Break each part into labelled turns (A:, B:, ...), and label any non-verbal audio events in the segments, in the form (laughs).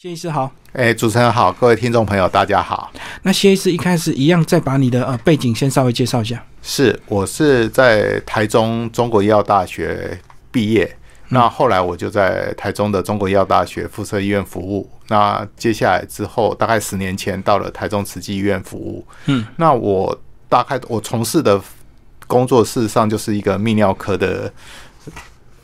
A: 谢医师好，
B: 哎，主持人好，各位听众朋友，大家好。
A: 那谢医师一开始一样，再把你的呃背景先稍微介绍一下。
B: 是，我是在台中中国医药大学毕业，那后来我就在台中的中国医药大学附设医院服务。那接下来之后，大概十年前到了台中慈济医院服务。
A: 嗯，
B: 那我大概我从事的工作，事实上就是一个泌尿科的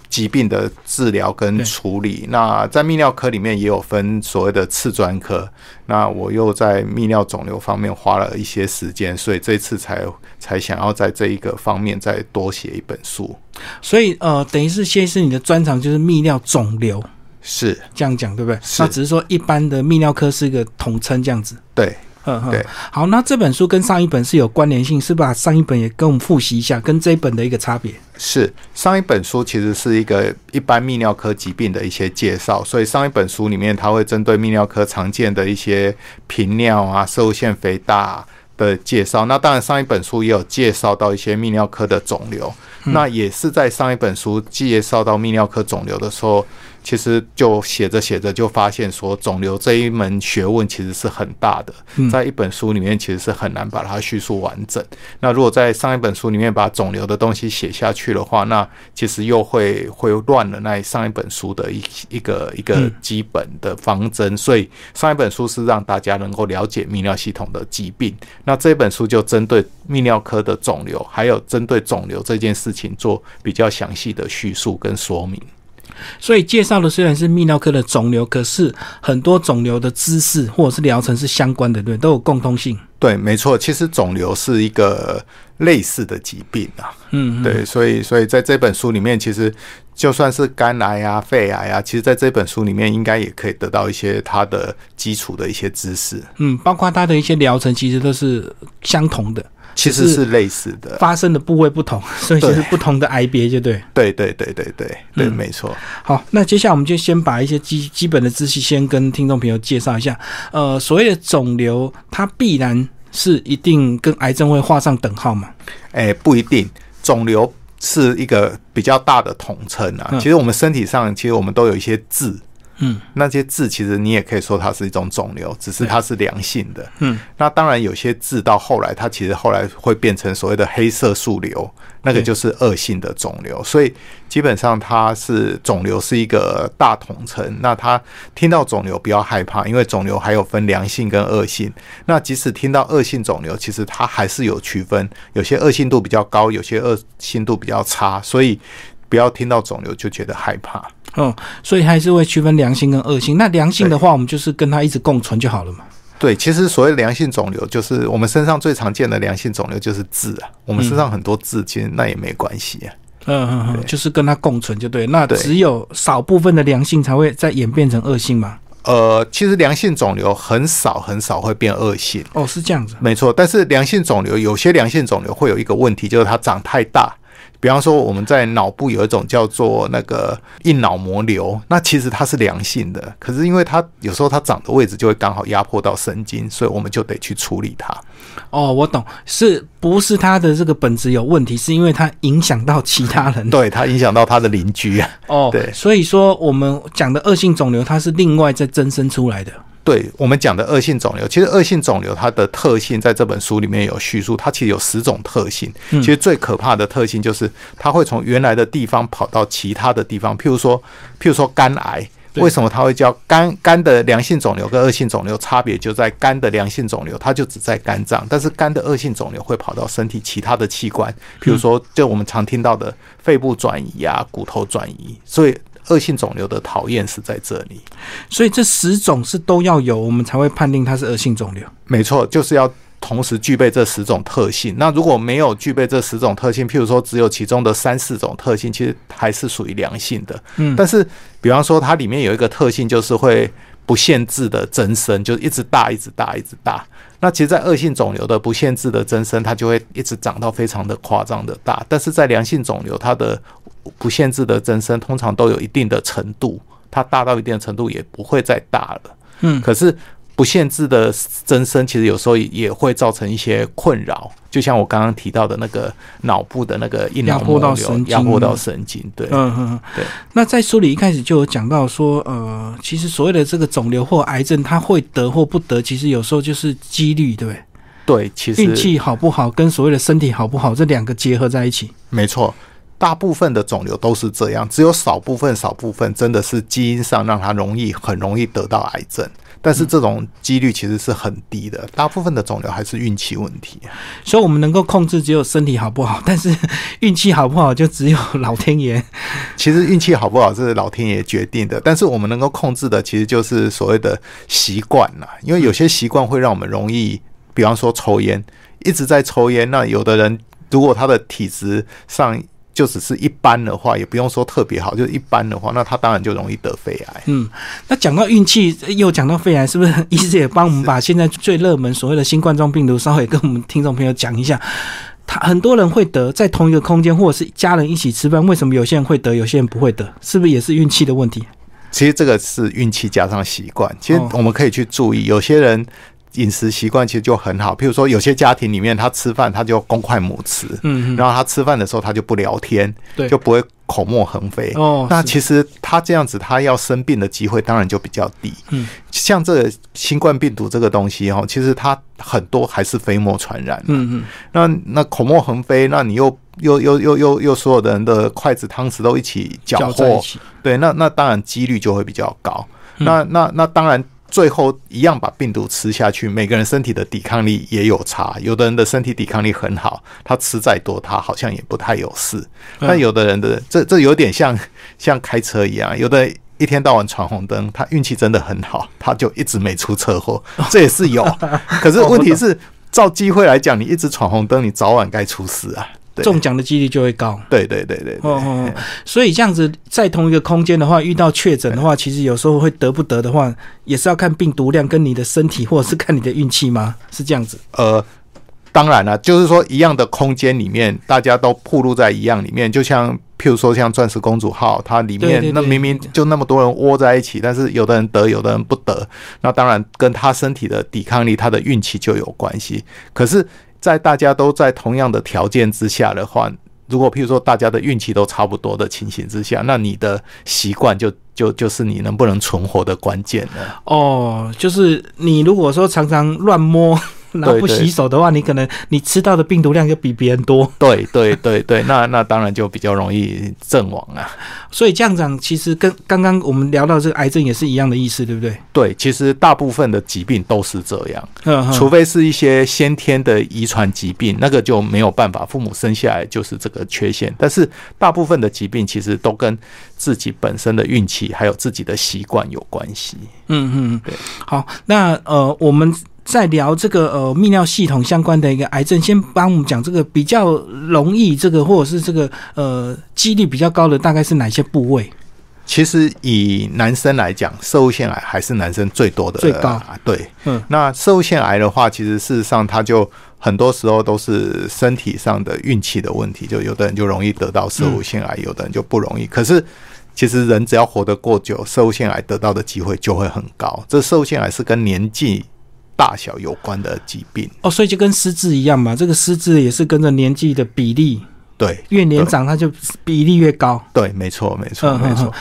B: 疾病的治疗跟
A: 对
B: 处理。那在泌尿科里面也有分所谓的次专科，那我又在泌尿肿瘤方面花了一些时间，所以这次才才想要在这一个方面再多写一本书。
A: 所以呃，等于是谢医师你的专长就是泌尿肿瘤，
B: 是
A: 这样讲对不对？
B: 是
A: 那只是说一般的泌尿科是一个统称这样子。
B: 对，
A: 嗯嗯，
B: 对
A: 好，那这本书跟上一本是有关联性，是把上一本也跟我们复习一下，跟这一本的一个差别。
B: 是上一本书其实是一个一般泌尿科疾病的一些介绍，所以上一本书里面它会针对泌尿科常见的一些频尿啊、射物腺肥大、的介绍。那当然上一本书也有介绍到一些泌尿科的肿瘤，那也是在上一本书介绍到泌尿科肿瘤的时候，其实就写着写着就发现说肿瘤这一门学问其实是很大的，
A: 嗯
B: 在一本书里面其实是很难把它叙述完整。那如果在上一本书里面把肿瘤的东西写下去的话，那其实又会会乱了那上一本书的一一个一个
A: 嗯
B: 基本的方针。所以上一本书是让大家能够了解泌尿系统的疾病，那这本书就针对泌尿科的肿瘤，还有针对肿瘤这件事情做比较详细的叙述跟说明。
A: 所以介绍的虽然是泌尿科的肿瘤，可是很多肿瘤的知识或者是疗程是相关的，对不对，都有共通性。
B: 对，没错，其实肿瘤是一个类似的疾病啊。
A: 嗯，嗯，
B: 对，所以所以在这本书里面，其实就算是肝癌啊、肺癌啊，其实在这本书里面应该也可以得到一些它的基础的一些知识，
A: 嗯，包括它的一些疗程其实都是相同的。
B: 其
A: 就
B: 实
A: 是
B: 是类似的。
A: 发生的部位不同， (laughs) 所以就是
B: 对
A: 不同的癌别，就对。
B: 对对对对对对，
A: 嗯
B: 没错。
A: 好，那接下来我们就先把一些基基本的知识先跟听众朋友介绍一下。呃，所谓的肿瘤，它必然是一定跟癌症会画上等号嘛？
B: 哎，不一定，肿瘤是一个比较大的统称啊。
A: 嗯
B: 其实我们身体上，其实我们都有一些痣，
A: 嗯
B: 那些痣其实你也可以说它是一种肿瘤，只是它是良性的。
A: 嗯，
B: 那当然，有些痣到后来，它其实后来会变成所谓的黑色素瘤，那个
A: 对
B: 就是恶性的肿瘤。所以基本上它是肿瘤是一个大统称。那他听到肿瘤不要害怕，因为肿瘤还有分良性跟恶性。那即使听到恶性肿瘤，其实它还是有区分，有些恶性度比较高，有些恶性度比较差，所以不要听到肿瘤就觉得害怕。
A: 哦，所以还是会区分良性跟恶性。那良性的话，我们就是跟它一直共存就好了嘛。
B: 对，其实所谓良性肿瘤，就是我们身上最常见的良性肿瘤就是痣啊。我们身上很多痣，其实那也没关系啊。
A: 嗯嗯嗯，
B: 对
A: 就是跟它共存就对。那
B: 对
A: 只有少部分的良性才会再演变成恶性嘛？
B: 呃，其实良性肿瘤很少很少会变恶性，
A: 哦，是这样子。
B: 没错。但是良性肿瘤有些良性肿瘤会有一个问题，就是它长太大。比方说，我们在脑部有一种叫做那个硬脑膜瘤，那其实它是良性的，可是因为它有时候它长的位置就会刚好压迫到神经，所以我们就得去处理它。
A: 哦，我懂，是不是它的这个本质有问题？是因为它影响到其他人。
B: 对，它影响到它的邻居啊。
A: 哦，
B: 对
A: 所以说我们讲的恶性肿瘤，它是另外再增生出来的。
B: 对我们讲的恶性肿瘤，其实恶性肿瘤它的特性在这本书里面有叙述，它其实有十种特性。
A: 嗯
B: 其实最可怕的特性就是它会从原来的地方跑到其他的地方，譬如说，譬如说肝癌。
A: 对
B: 为什么它会叫肝？肝的良性肿瘤跟恶性肿瘤差别就在肝的良性肿瘤，它就只在肝脏，但是肝的恶性肿瘤会跑到身体其他的器官，譬如说，就我们常听到的肺部转移啊、骨头转移，所以恶性肿瘤的讨厌是在这里。
A: 所以这十种是都要有，我们才会判定它是恶性肿瘤。
B: 没错，就是要同时具备这十种特性。那如果没有具备这十种特性，譬如说只有其中的三四种特性，其实还是属于良性的。
A: 嗯
B: 但是比方说它里面有一个特性，就是会不限制的增生，就是一直大、一直大、一直大。那其实，在恶性肿瘤的不限制的增生，它就会一直长到非常的夸张的大。但是在良性肿瘤，它的不限制的增生通常都有一定的程度，它大到一定的程度也不会再大了。
A: 嗯
B: 可是不限制的增生，其实有时候也会造成一些困扰。就像我刚刚提到的那个脑部的那个硬
A: 压
B: 脑
A: 迫
B: 膜
A: 到
B: 瘤
A: 神经
B: 压迫到神经，对，
A: 嗯嗯，
B: 对。
A: 那在书里一开始就有讲到说，呃，其实所谓的这个肿瘤或癌症，它会得或不得，其实有时候就是几率，对不对？
B: 对，其实
A: 运气好不好跟所谓的身体好不好这两个结合在一起。
B: 没错，大部分的肿瘤都是这样，只有少部分少部分真的是基因上让它容易很容易得到癌症，
A: 嗯
B: 但是这种几率其实是很低的，大部分的肿瘤还是运气问题。
A: 所以我们能够控制只有身体好不好，但是运气好不好就只有老天爷。
B: 其实运气好不好是老天爷决定的，但是我们能够控制的其实就是所谓的习惯啦，因为有些习惯会让我们容易，比方说抽烟，一直在抽烟，那有的人如果他的体质上。就只是一般的话，也不用说特别好，就是一般的话，那他当然就容易得肺癌。
A: 嗯，那讲到运气，又讲到肺癌，是不是医师也帮我们把现在最热门所谓的新冠状病毒稍微跟我们听众朋友讲一下？他很多人会得，在同一个空间或者是家人一起吃饭，为什么有些人会得，有些人不会得？是不是也是运气的问题？
B: 其实这个是运气加上习惯。其实
A: 哦
B: 我们可以去注意，有些人饮食习惯其实就很好，譬如说有些家庭里面他吃饭他就公筷母匙，
A: 嗯，
B: 然后他吃饭的时候他就不聊天，
A: 对
B: 就不会口沫横飞。
A: 哦，
B: 那
A: 是
B: 其实他这样子，他要生病的机会当然就比较低。
A: 嗯，
B: 像这个新冠病毒这个东西哦，其实它很多还是飞沫传染。
A: 嗯嗯，
B: 那那口沫横飞，那你又又又又又又所有的人的筷子汤匙都一起搅
A: 在一
B: 和，
A: 起，
B: 对，那那当然几率就会比较高。
A: 嗯
B: 那那那当然，最后一样把病毒吃下去，每个人身体的抵抗力也有差。有的人的身体抵抗力很好，他吃再多，他好像也不太有事。
A: 嗯
B: 但有的人的这这有点像像开车一样，有的人一天到晚闯红灯，他运气真的很好，他就一直没出车祸，这也是
A: (laughs)
B: 有。可是问题是，照机会来讲，你一直闯红灯，你早晚该出事啊。对
A: 中奖的几率就会高。
B: 对对对对对。
A: 哦哦，哦所以这样子在同一个空间的话，遇到确诊的话，其实有时候会得不得的话，也是要看病毒量跟你的身体，或者是看你的运气吗？是这样子。
B: 呃，当然了、就是说一样的空间里面，大家都暴露在一样里面，就像。譬如说像钻石公主号，它里面
A: 对对对
B: 那明明就那么多人窝在一起，但是有的人得，有的人不得，那当然跟他身体的抵抗力、他的运气就有关系。可是，在大家都在同样的条件之下的话，如果譬如说大家的运气都差不多的情形之下，那你的习惯就就就是你能不能存活的关键了。
A: 哦，就是你如果说常常乱
B: (laughs)
A: 摸，然后不洗手的话，你可能你吃到的病毒量就比别人多。
B: 对对对对，那那当然就比较容易阵亡啊。
A: 所以这样讲，其实跟刚刚我们聊到这个癌症也是一样的意思，对不对？
B: 对，其实大部分的疾病都是这样，
A: 嗯
B: 除非是一些先天的遗传疾病，那个就没有办法，父母生下来就是这个缺陷。但是大部分的疾病其实都跟自己本身的运气还有自己的习惯有关系。
A: 嗯嗯，嗯
B: 对
A: 好，那呃，我们在聊这个呃泌尿系统相关的一个癌症，先帮我们讲这个比较容易这个或者是这个呃几率比较高的大概是哪些部位？
B: 其实以男生来讲，射物腺癌还是男生最多的，啊
A: 最高
B: 对，
A: 嗯
B: 那射物腺癌的话，其实事实上它就很多时候都是身体上的运气的问题，就有的人就容易得到射物腺
A: 嗯
B: 癌，有的人就不容易。可是其实人只要活得过久，射物腺癌得到的机会就会很高。这射物腺癌是跟年纪大小有关的疾病，
A: 哦，所以就跟失智一样嘛，这个失智也是跟着年纪的比例，
B: 对，
A: 越年长它就比例越高。
B: 对，没错，没错，
A: 嗯哼
B: 没
A: 哼
B: 错。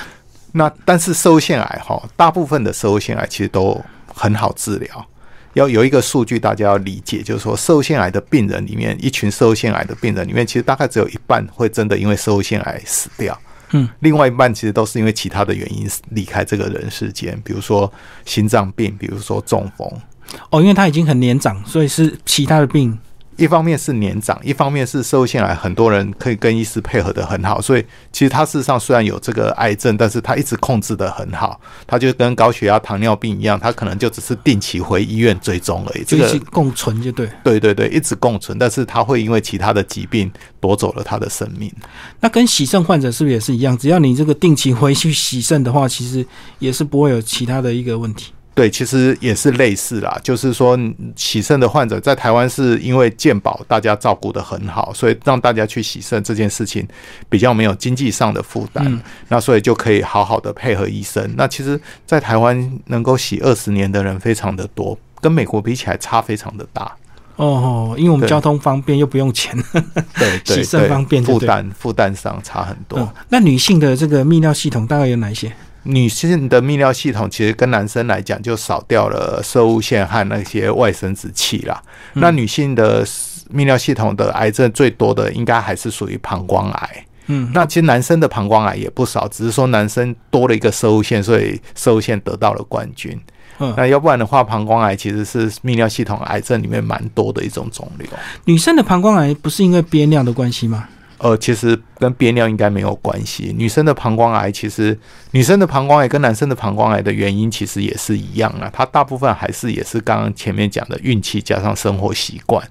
B: 那但是射腺癌哈，大部分的射腺癌其实都很好治疗。要有一个数据大家要理解，就是说射腺癌的病人里面，一群射腺癌的病人里面，其实大概只有一半会真的因为射腺癌死掉。
A: 嗯，
B: 另外一半其实都是因为其他的原因离开这个人世间，比如说心脏病，比如说中风。
A: 哦，因为它已经很年长，所以是其他的病。
B: 一方面是年长，一方面是射腺癌，很多人可以跟医师配合的很好，所以其实他事实上虽然有这个癌症，但是他一直控制的很好，他就跟高血压、糖尿病一样，他可能就只是定期回医院追踪而已。这
A: 就一起
B: 个
A: 共存就对。
B: 对对对，一直共存，但是他会因为其他的疾病夺走了他的生命。
A: 那跟洗肾患者是不是也是一样？只要你这个定期回去洗肾的话，其实也是不会有其他的一个问题。
B: 对，其实也是类似啦，就是说洗肾的患者在台湾是因为健保大家照顾的很好，所以让大家去洗肾这件事情比较没有经济上的负担，
A: 嗯
B: 那所以就可以好好的配合医生。那其实，在台湾能够洗二十年的人非常的多，跟美国比起来差非常的大。
A: 哦，因为我们
B: 对
A: 交通方便又不用钱。
B: 对对
A: 洗肾
B: 对
A: 方便就
B: 负
A: 对
B: 担负担上差很多。
A: 嗯， (laughs) 那女性的这个泌尿系统大概有哪一些？
B: 女性的泌尿系统其实跟男生来讲就少掉了射物腺和那些外生殖器啦。
A: 嗯
B: 那女性的泌尿系统的癌症最多的应该还是属于膀胱癌。
A: 嗯，
B: 那其实男生的膀胱癌也不少，只是说男生多了一个射物腺，所以射物腺得到了冠军。
A: 嗯
B: 那要不然的话，膀胱癌其实是泌尿系统癌症里面蛮多的一种肿瘤。
A: 女生的膀胱癌不是因为憋尿的关系吗？
B: 呃，其实跟憋尿应该没有关系。女生的膀胱癌其实，女生的膀胱癌跟男生的膀胱癌的原因其实也是一样啊，它大部分还是也是刚刚前面讲的运气加上生活习惯，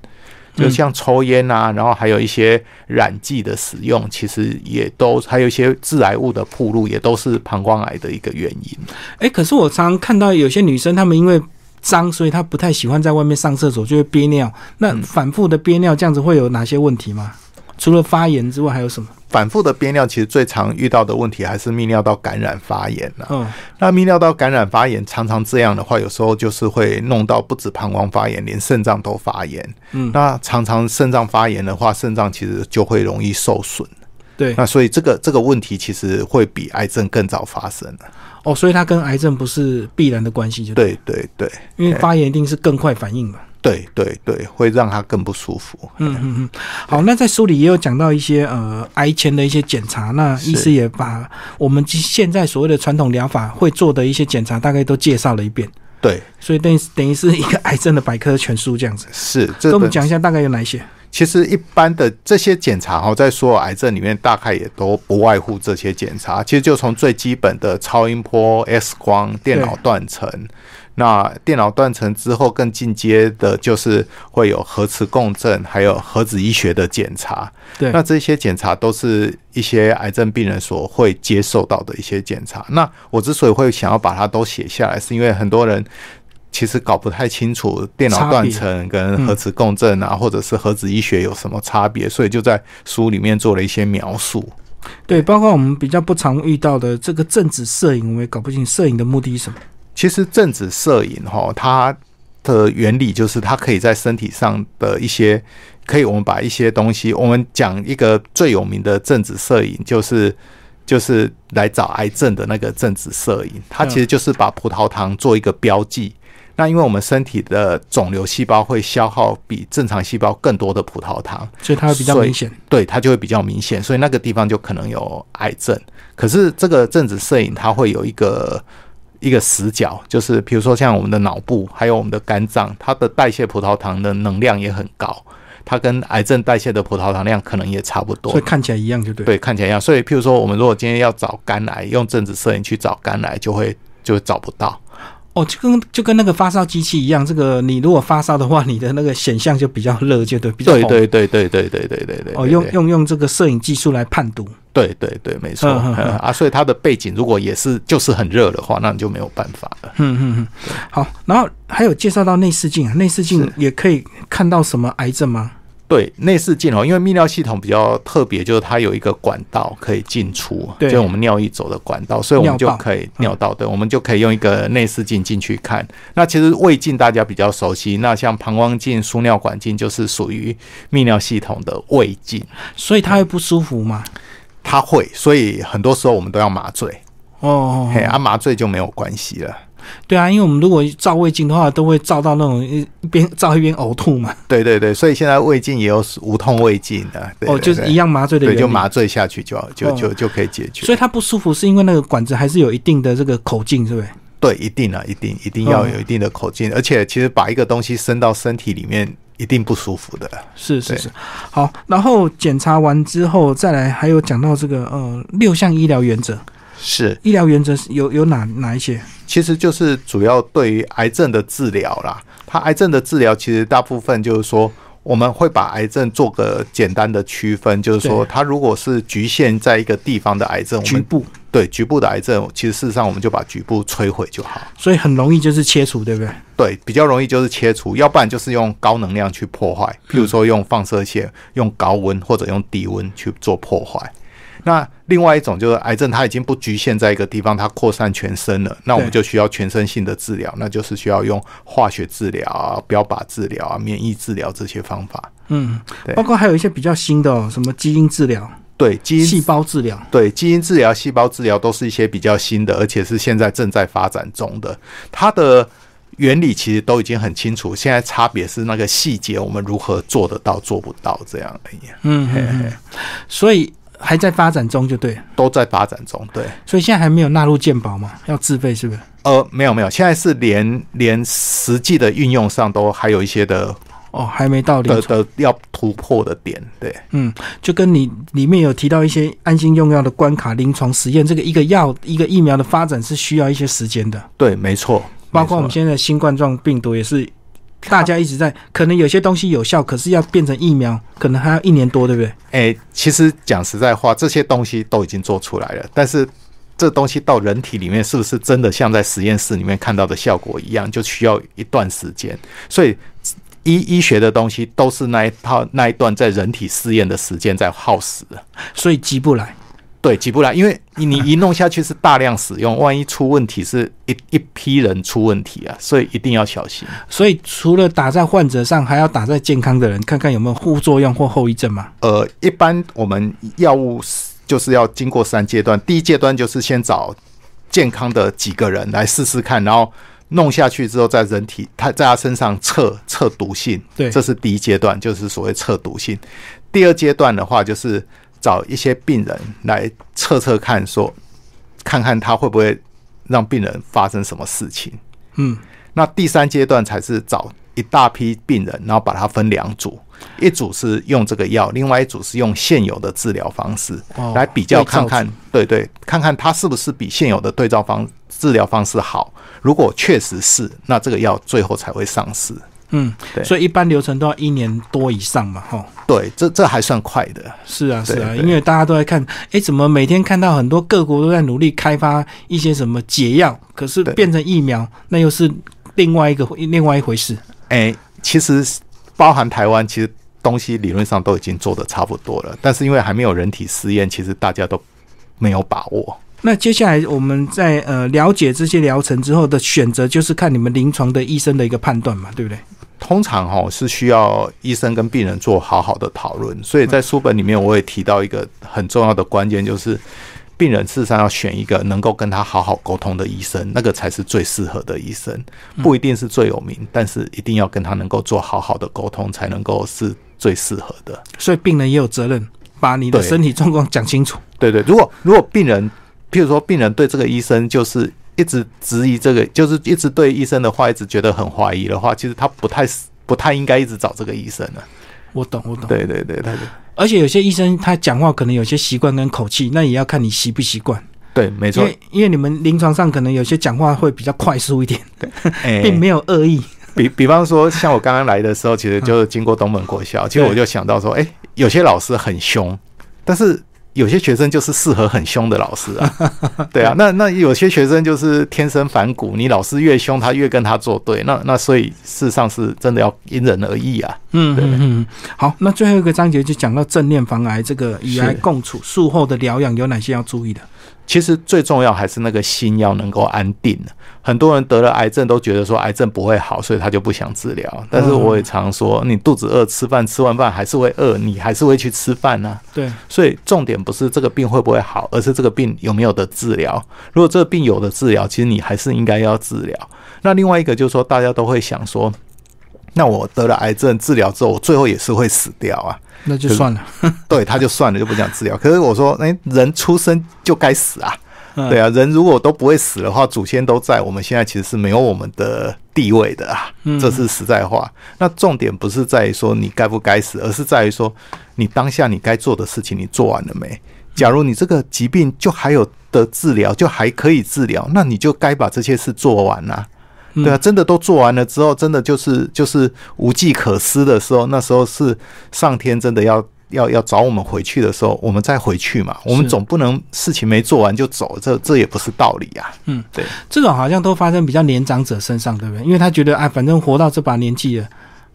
B: 就像抽烟啊，然后还有一些染剂的使用，其实也都还有一些致癌物的铺路，也都是膀胱癌的一个原因。
A: 哎、可是我常常看到有些女生，她们因为脏，所以她不太喜欢在外面上厕所，就会憋尿。那
B: 嗯
A: 反复的憋尿这样子会有哪些问题吗？除了发炎之外，还有什么？
B: 反复的憋尿，其实最常遇到的问题还是泌尿道感染发炎啊。
A: 嗯，
B: 那泌尿道感染发炎常常这样的话，有时候就是会弄到不止膀胱发炎，连肾脏都发炎。
A: 嗯
B: 那常常肾脏发炎的话，肾脏其实就会容易受损。
A: 对，
B: 那所以这个这个问题其实会比癌症更早发生。
A: 哦，所以它跟癌症不是必然的关系，就对，
B: 对对对哎
A: 因为发炎一定是更快反应嘛。
B: 对对对，会让他更不舒服。
A: 嗯嗯嗯，好，那在书里也有讲到一些呃癌前的一些检查，那医师
B: 是
A: 也把我们现在所谓的传统疗法会做的一些检查，大概都介绍了一遍，
B: 对，
A: 所以等于等于是一个癌症的百科全书这样子。
B: 是
A: 跟
B: 这
A: 我们
B: 本
A: 讲一下大概有哪一些？
B: 其实一般的这些检查哈，在所有癌症里面，大概也都不外乎这些检查。其实就从最基本的超音波、X 光、电脑断层。那电脑断层之后更进阶的，就是会有核磁共振，还有核子医学的检查。
A: 对，
B: 那这些检查都是一些癌症病人所会接受到的一些检查。那我之所以会想要把它都写下来，是因为很多人其实搞不太清楚电脑断层跟核磁共振啊，或者是核子医学有什么差别，所以就在书里面做了一些描述。
A: 对，包括我们比较不常遇到的这个正子摄影，我们也搞不清摄影的目的是什么。
B: 其实正子摄影哈，它的原理就是它可以在身体上的一些，可以我们把一些东西，我们讲一个最有名的正子摄影，就是就是来找癌症的那个正子摄影，它
A: 嗯
B: 其实就是把葡萄糖做一个标记。那因为我们身体的肿瘤细胞会消耗比正常细胞更多的葡萄糖，
A: 所以它会比较
B: 所以
A: 明显。
B: 对它就会比较明显，所以那个地方就可能有癌症。可是这个正子摄影它会有一个一个死角，就是比如说像我们的脑部，还有我们的肝脏，它的代谢葡萄糖的能量也很高，它跟癌症代谢的葡萄糖量可能也差不多
A: 所以。看起来一样就对。，
B: 对，看起来一样。所以譬如说，我们如果今天要找肝癌，用正子摄影去找肝癌，就会就会找不到。
A: 哦，就跟就跟那个发烧机器一样，这个你如果发烧的话，你的那个显像就比较热，就对，比较
B: 对
A: 红
B: 对对对对对对对对。
A: 哦，
B: 对
A: 用
B: 对
A: 用用这个摄影技术来判读。
B: 对对对，没错、
A: 嗯嗯嗯
B: 嗯啊，所以它的背景如果也是就是很热的话，那你就没有办法了。
A: 嗯嗯嗯，好，然后还有介绍到内视镜，啊，内视镜
B: 是
A: 也可以看到什么癌症吗？
B: 对内视镜哦，因为泌尿系统比较特别，就是它有一个管道可以进出，
A: 对嗯
B: 就是我们尿液走的管道，所以我们就
A: 尿道
B: 可以尿道对，我们就可以用一个内视镜进去看。那其实胃镜大家比较熟悉，那像膀胱镜、输尿管镜就是属于泌尿系统的胃镜，
A: 所以它会不舒服吗？
B: 它会，所以很多时候我们都要麻醉，
A: 哦，
B: 嘿，啊麻醉就没有关系了。
A: 对啊，因为我们如果照胃镜的话，都会照到那种一一边照一边呕吐嘛。
B: 对对对，所以现在胃镜也有无痛胃镜的，对
A: 哦，就是一
B: 样
A: 样麻醉的
B: 对，
A: 原理。哦
B: 就麻醉下去就好就就就可以解决。
A: 所以它不舒服是因为那个管子还是有一定的这个口径，是不是？
B: 对，一定啊，一定一定要
A: 嗯
B: 有一定的口径，而且其实把一个东西伸到身体里面，一定不舒服的。
A: 是是
B: 对
A: 是。好，然后检查完之后再来，还有讲到这个呃六项医疗原则，
B: 是，
A: 医疗原则是有有哪哪一些？
B: 其实就是主要对于癌症的治疗啦。它癌症的治疗其实大部分就是说，我们会把癌症做个简单的区分，就是说，
A: 对
B: 它如果是局限在一个地方的癌症，我
A: 局
B: 们
A: 部
B: 对局部的癌症，其实事实上我们就把局部摧毁就好。
A: 所以很容易就是切除，对不对？
B: 对，比较容易就是切除，要不然就是用高能量去破坏，譬如说用放射线、用高温或者用低温去做破坏。那另外一种就是癌症，它已经不局限在一个地方，它扩散全身了。那我们
A: 对
B: 就需要全身性的治疗，那就是需要用化学治疗啊、标靶治疗啊、免疫治疗这些方法。
A: 嗯，
B: 对
A: 包括还有一些比较新的哦，什么基因治疗、
B: 对基因
A: 细胞治疗，
B: 对基因治疗、细胞治疗都是一些比较新的，而且是现在正在发展中的。它的原理其实都已经很清楚，现在差别是那个细节，我们如何做得到、做不到这样而已，
A: 嗯嗯嗯，所以还在发展中，就对了。
B: 都在发展中。对，
A: 所以现在还没有纳入健保嘛，要自费是不是？
B: 呃，没有没有，现在是连连实际的运用上都还有一些的
A: 哦，还没到临
B: 的
A: 床，
B: 的要突破的点。对，
A: 嗯，就跟你里面有提到一些安心用药的关卡、临床实验，这个一个药、一个疫苗的发展是需要一些时间的，
B: 对，没错，
A: 包括我们
B: 没错
A: 现在的新冠状病毒也是，大家一直在，可能有些东西有效，可是要变成疫苗，可能还要一年多，对不对？
B: 诶，哎其实讲实在话，这些东西都已经做出来了，但是这东西到人体里面是不是真的像在实验室里面看到的效果一样，就需要一段时间。所以医医学的东西都是那一套那一段在人体试验的时间在耗时的。
A: 所以急不来。
B: 对，急不来，因为你你一弄下去是大量使用，万一出问题是一一批人出问题啊，所以一定要小心。
A: 所以除了打在患者上，还要打在健康的人，看看有没有副作用或后遗症嘛。
B: 呃，一般我们药物是就是要经过三阶段，第一阶段就是先找健康的几个人来试试看，然后弄下去之后，在人体他在他身上测测毒性，
A: 对
B: 这是第一阶段，就是所谓测毒性。第二阶段的话，就是找一些病人来测测看说看看他会不会让病人发生什么事情。
A: 嗯，
B: 那第三阶段才是找一大批病人，然后把它分两组，一组是用这个药，另外一组是用现有的治疗方式、
A: 哦
B: 来比较看
A: 对照
B: 看
A: 组，
B: 对对，看看它是不是比现有的对照方治疗方式好。如果确实是，那这个药最后才会上市。
A: 嗯，
B: 对
A: 所以一般流程都要一年多以上嘛，吼。
B: 对，这这还算快的。
A: 是啊，是
B: 对
A: 啊，
B: 对
A: 因为大家都在看，诶，怎么每天看到很多各国都在努力开发一些什么解药，可是
B: 对
A: 变成疫苗，那又是另外一个另外一回事。
B: 哎、其实包含台湾，其实东西理论上都已经做的差不多了，但是因为还没有人体试验，其实大家都没有把握。
A: 那接下来我们在呃了解这些疗程之后的选择，就是看你们临床的医生的一个判断嘛，对不对？
B: 通常哦是需要医生跟病人做好好的讨论，所以在书本里面我也提到一个很重要的关键，就是病人事实上要选一个能够跟他好好沟通的医生，那个才是最适合的医生，不一定是最有名，但是一定要跟他能够做好好的沟通，才能够是最适合的。
A: 所以病人也有责任把你的
B: 对
A: 身体状况讲清楚。
B: 对对，如果如果病人，譬如说病人对这个医生就是一直质疑这个，就是一直对医生的话一直觉得很怀疑的话，其实他不太不太应该一直找这个医生了。
A: 我懂，我懂。
B: 对对对，他就。
A: 而且有些医生他讲话可能有些习惯跟口气，那也要看你习不习惯。
B: 对，没
A: 因
B: 错，
A: 为因为你们临床上可能有些讲话会比较快速一点，
B: 哎
A: 并没有恶意。
B: 比比方说，像我刚刚来的时候，其实就是经过东门国校，其实我就想到说，哎、有些老师很凶，但是有些学生就是适合很凶的老师
A: (laughs)
B: 啊，对啊，那那有些学生就是天生反骨，你老师越凶，他越跟他作对，那那所以事实上是真的要因人而异啊，
A: 嗯
B: 对
A: 嗯嗯，好，那最后一个章节就讲到正念防癌这个与癌
B: 是
A: 共处术后的疗养有哪些要注意的？
B: 其实最重要还是那个心要能够安定。啊很多人得了癌症都觉得说癌症不会好，所以他就不想治疗。但是我也常说，你肚子饿吃饭，吃完饭还是会饿，你还是会去吃饭呢、
A: 对，
B: 所以重点不是这个病会不会好，而是这个病有没有的治疗。如果这个病有的治疗，其实你还是应该要治疗。那另外一个就是说，大家都会想说，那我得了癌症治疗之后，我最后也是会死掉啊。
A: 那就算了。
B: (laughs) 对，他就算了，就不讲治疗。可是我说，哎、人出生就该死啊，
A: 嗯
B: 对啊，人如果都不会死的话，祖先都在，我们现在其实是没有我们的地位的啊，这是实在话。那重点不是在于说你该不该死，而是在于说你当下你该做的事情你做完了没？假如你这个疾病就还有的治疗，就还可以治疗，那你就该把这些事做完啊。
A: 嗯
B: 对啊，真的都做完了之后，真的就是就是无计可施的时候，那时候是上天真的要要要找我们回去的时候，我们再回去嘛。我们
A: 是
B: 总不能事情没做完就走，这这也不是道理啊。
A: 嗯，
B: 对，
A: 这种好像都发生比较年长者身上，对不对？因为他觉得啊，反正活到这把年纪了，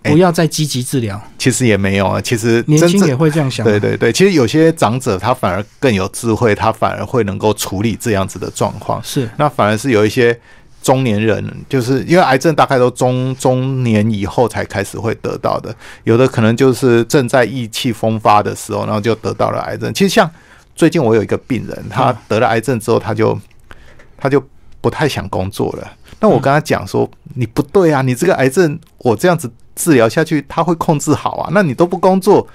B: 哎
A: 不要再积极治疗。
B: 其实也没有啊。其实
A: 年
B: 真
A: 轻
B: 正
A: 也会这样想啊，
B: 对对对，其实有些长者他反而更有智慧，他反而会能够处理这样子的状况。
A: 是
B: 那反而是有一些中年人，就是因为癌症大概都中中年以后才开始会得到的，有的可能就是正在意气风发的时候，然后就得到了癌症。其实像最近我有一个病人，他得了癌症之后，他就他就不太想工作了。那我跟他讲说，你不对啊，你这个癌症我这样子治疗下去，他会控制好啊。那你都不工作，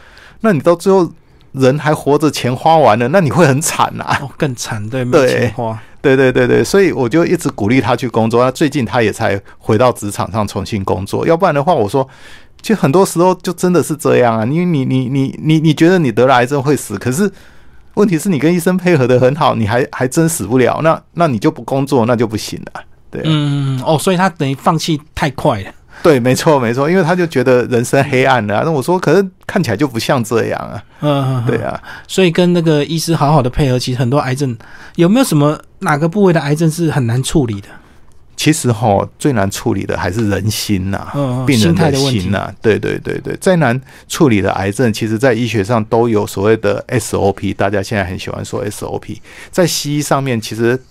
B: 那你到最后人还活着，钱花完了，那你会很惨啊。
A: 哦，更惨，对，没
B: 对
A: 钱花，
B: 对对对对，所以我就一直鼓励他去工作。那最近他也才回到职场上重新工作，要不然的话，我说，其实很多时候就真的是这样啊。因为你你你你你觉得你得了癌症会死，可是问题是你跟医生配合的很好，你还还真死不了。那那你就不工作，那就不行啊了。对、
A: 嗯，哦，所以他等于放弃太快了，
B: 对，没错没错，因为他就觉得人生黑暗了、啊那我说，可是看起来就不像这样啊。
A: 嗯，
B: 对，啊，
A: 所以跟那个医师好好的配合，其实很多癌症有没有什么哪个部位的癌症是很难处理的？
B: 其实哈，最难处理的还是人心啊呐、
A: 嗯，
B: 病人
A: 心态
B: 的
A: 的问
B: 心啊
A: 题
B: 呐、，对对对对，再难处理的癌症，其实在医学上都有所谓的 SOP，大家现在很喜欢说 SOP，在西医上面其实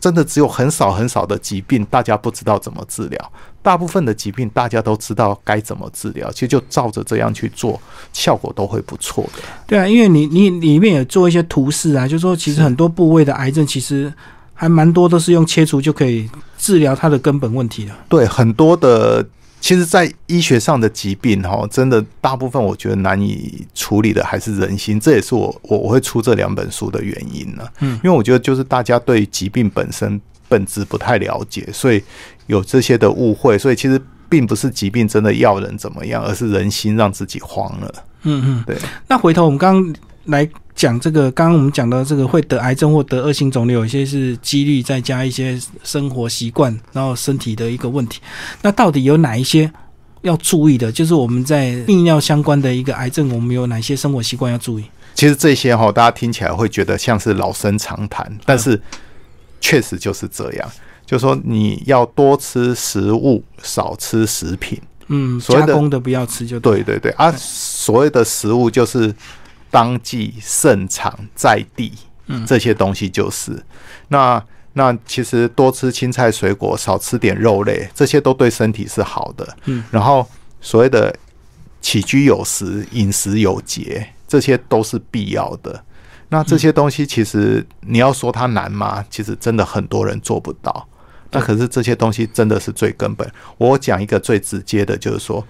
B: 真的只有很少很少的疾病大家不知道怎么治疗，大部分的疾病大家都知道该怎么治疗，其实就照着这样去做，效果都会不错的。
A: 对啊，因为你你你里面有做一些图示啊，就说其实
B: 是
A: 很多部位的癌症其实还蛮多都是用切除就可以治疗它的根本问题的。
B: 对，很多的，其实，在医学上的疾病哈，真的大部分我觉得难以处理的还是人心，这也是我我我会出这两本书的原因呢、
A: 嗯
B: 因为我觉得就是大家对疾病本身本质不太了解，所以有这些的误会，所以其实。并不是疾病真的要人怎么样，而是人心让自己慌了。
A: 嗯嗯，
B: 对。
A: 那回头我们刚刚来讲这个，刚刚我们讲到这个会得癌症或得恶性肿瘤，有一些是几率，再加一些生活习惯，然后身体的一个问题。那到底有哪一些要注意的？就是我们在泌尿相关的一个癌症，我们有哪些生活习惯要注意？
B: 其实这些哈，大家听起来会觉得像是老生常谈，但是确实就是这样。就说你要多吃食物，少吃食品。
A: 嗯，
B: 所谓
A: 加
B: 的
A: 工的不要吃就对。
B: 对对对啊，所谓的食物就是当季、盛产、在地，
A: 嗯
B: 这些东西就是。那那其实多吃青菜水果，少吃点肉类，这些都对身体是好的。
A: 嗯，
B: 然后所谓的起居有时、饮食有节，这些都是必要的。那这些东西其实你要说它难吗？其实真的很多人做不到。那可是这些东西真的是最根本。我讲一个最直接的，就是说，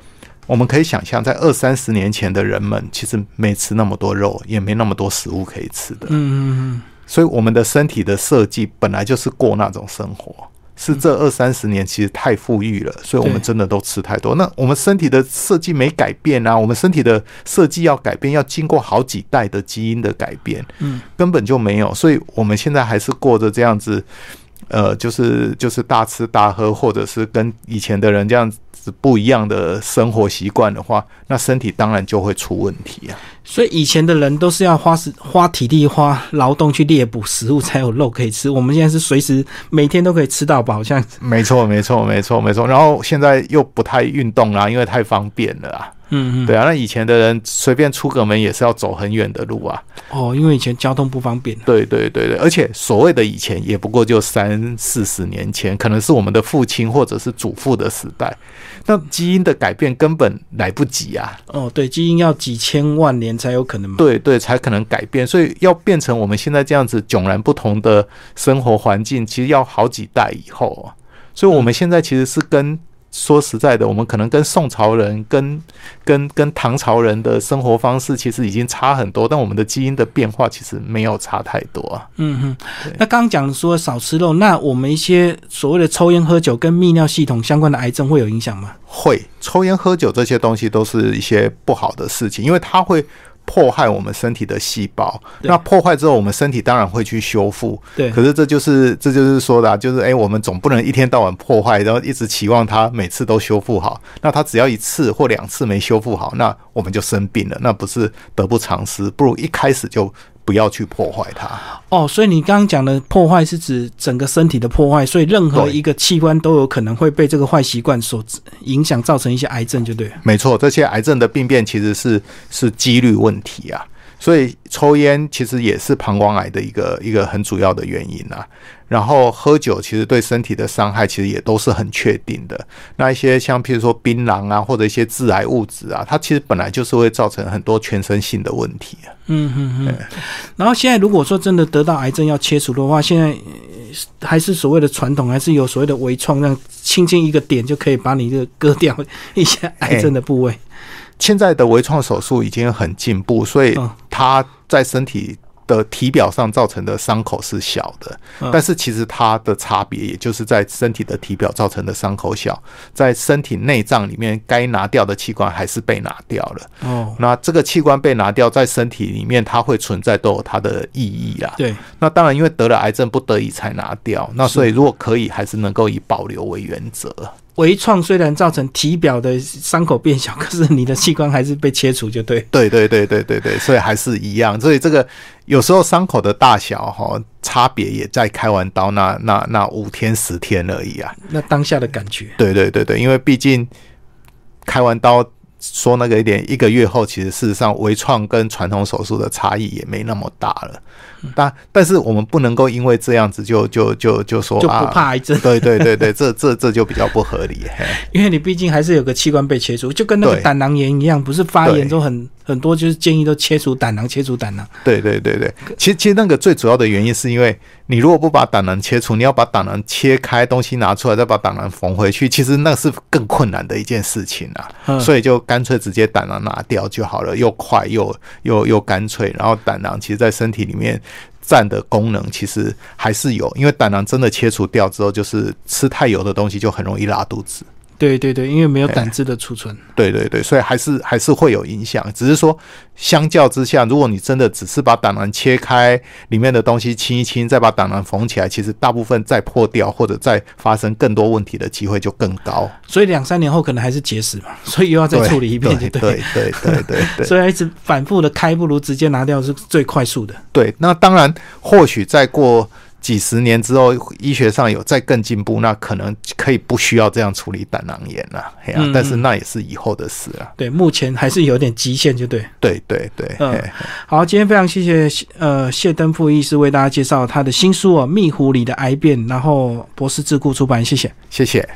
B: 我们可以想象，在二三十年前的人们，其实没吃那么多肉，也没那么多食物可以吃的。
A: 嗯嗯
B: 所以我们的身体的设计本来就是过那种生活，是这二三十年其实太富裕了，所以我们
A: 对
B: 真的都吃太多。那我们身体的设计没改变啊，我们身体的设计要改变，要经过好几代的基因的改变，
A: 嗯，
B: 根本就没有。所以我们现在还是过着这样子。呃，就是就是大吃大喝，或者是跟以前的人这样子不一样的生活习惯的话，那身体当然就会出问题啊。
A: 嗯。所以以前的人都是要花时、花体力、花劳动去猎捕食物才有肉可以吃，我们现在是随时每天都可以吃到饱，好像
B: 没错，没错，没错，没错。然后现在又不太运动啊啦，因为太方便了啊。
A: 嗯嗯
B: 对啊，那以前的人随便出个门也是要走很远的路啊。
A: 哦，因为以前交通不方便。
B: 对对对对，而且所谓的以前也不过就三四十年前，可能是我们的父亲或者是祖父的时代，那基因的改变根本来不及啊。
A: 哦，对，基因要几千万年才有可能嘛。
B: 对对，才可能改变，所以要变成我们现在这样子迥然不同的生活环境，其实要好几代以后啊。所以我们现在其实是跟说实在的，我们可能跟宋朝人、跟跟跟唐朝人的生活方式其实已经差很多，但我们的基因的变化其实没有差太多啊。
A: 嗯哼
B: 对，
A: 那刚刚讲说少吃肉，那我们一些所谓的抽烟、喝酒跟泌尿系统相关的癌症会有影响吗？
B: 会抽烟、喝酒这些东西都是一些不好的事情，因为它会破坏我们身体的细胞。
A: 对
B: 那破坏之后，我们身体当然会去修复。
A: 对
B: 可是这就是这就是说的、啊，就是哎、诶我们总不能一天到晚破坏，然后一直期望它每次都修复好。那它只要一次或两次没修复好，那我们就生病了，那不是得不偿失？不如一开始就不要去破坏它。
A: 哦，所以你刚刚讲的破坏是指整个身体的破坏，所以任何
B: 对
A: 一个器官都有可能会被这个坏习惯所影响，造成一些癌症，就对了。
B: 没错，这些癌症的病变其实是是几率问题啊，所以抽烟其实也是膀胱癌的一个一个很主要的原因啊。然后喝酒其实对身体的伤害其实也都是很确定的。那一些像譬如说槟榔啊，或者一些致癌物质啊，它其实本来就是会造成很多全身性的问题啊。
A: 嗯嗯嗯。然后现在如果说真的得到癌症要切除的话，现在呃还是所谓的传统，还是有所谓的微创，让轻轻一个点就可以把你这个割掉一些癌症的部位。
B: 现在的微创手术已经很进步，所以
A: 嗯
B: 它在身体的体表上造成的伤口是小的，
A: 嗯
B: 但是其实它的差别，也就是在身体的体表造成的伤口小，在身体内脏里面该拿掉的器官还是被拿掉了。
A: 哦，
B: 那这个器官被拿掉，在身体里面它会存在都有它的意义啦。
A: 对，
B: 那当然，因为得了癌症不得已才拿掉，那所以如果可以，还是能够以保留为原则。
A: 微创虽然造成体表的伤口变小，可是你的器官还是被切除，就对。
B: 对对对对对对，所以还是一样。所以这个有时候伤口的大小哈、差别也在开完刀那那那五天十天而已啊。
A: 那当下的感觉，
B: 对对对对，因为毕竟开完刀说那个一点，一个月后其实事实上微创跟传统手术的差异也没那么大了。
A: 嗯
B: 但但是我们不能够因为这样子就就就就说
A: 就不
B: 啊。
A: 怕癌症，
B: 对对对对，这这这就比较不合理。嘿
A: 因为你毕竟还是有个器官被切除，就跟那个
B: 对
A: 胆囊炎一样，不是发炎
B: 对
A: 都很很多，就是建议都切除胆囊，切除胆囊。
B: 对对对对，其实其实那个最主要的原因是因为你如果不把胆囊切除，你要把胆囊切开，东西拿出来，再把胆囊缝回去，其实那是更困难的一件事情啊。
A: 嗯
B: 所以就干脆直接胆囊拿掉就好了，又快又又又干脆。然后胆囊其实在身体里面占的功能其实还是有，因为胆囊真的切除掉之后，就是吃太油的东西就很容易拉肚子。
A: 嗯对对对，因为没有胆汁的储存。
B: 对对对，所以还是还是会有影响，只是说相较之下，如果你真的只是把胆囊切开，里面的东西清一清，再把胆囊缝起来，其实大部分再破掉或者再发生更多问题的机会就更高。
A: 所以两三年后可能还是结石嘛， (laughs) 所以又要再处理一遍，就对。
B: 对对对对对对。
A: 所以一直反复的开，不如直接拿掉是最快速的。
B: 对，那当然，或许再过几十年之后，医学上有再更进步，那可能可以不需要这样处理胆囊炎了、嘿啊
A: 嗯嗯
B: 但是那也是以后的事啊。
A: 对，目前还是有点极限，就对。
B: 对对对，
A: 嗯
B: 嘿
A: 好，今天非常谢谢呃谢登富医师为大家介绍他的新书哦，《蜜狐里的癌变》，然后博士智库出版，谢谢。
B: 谢谢。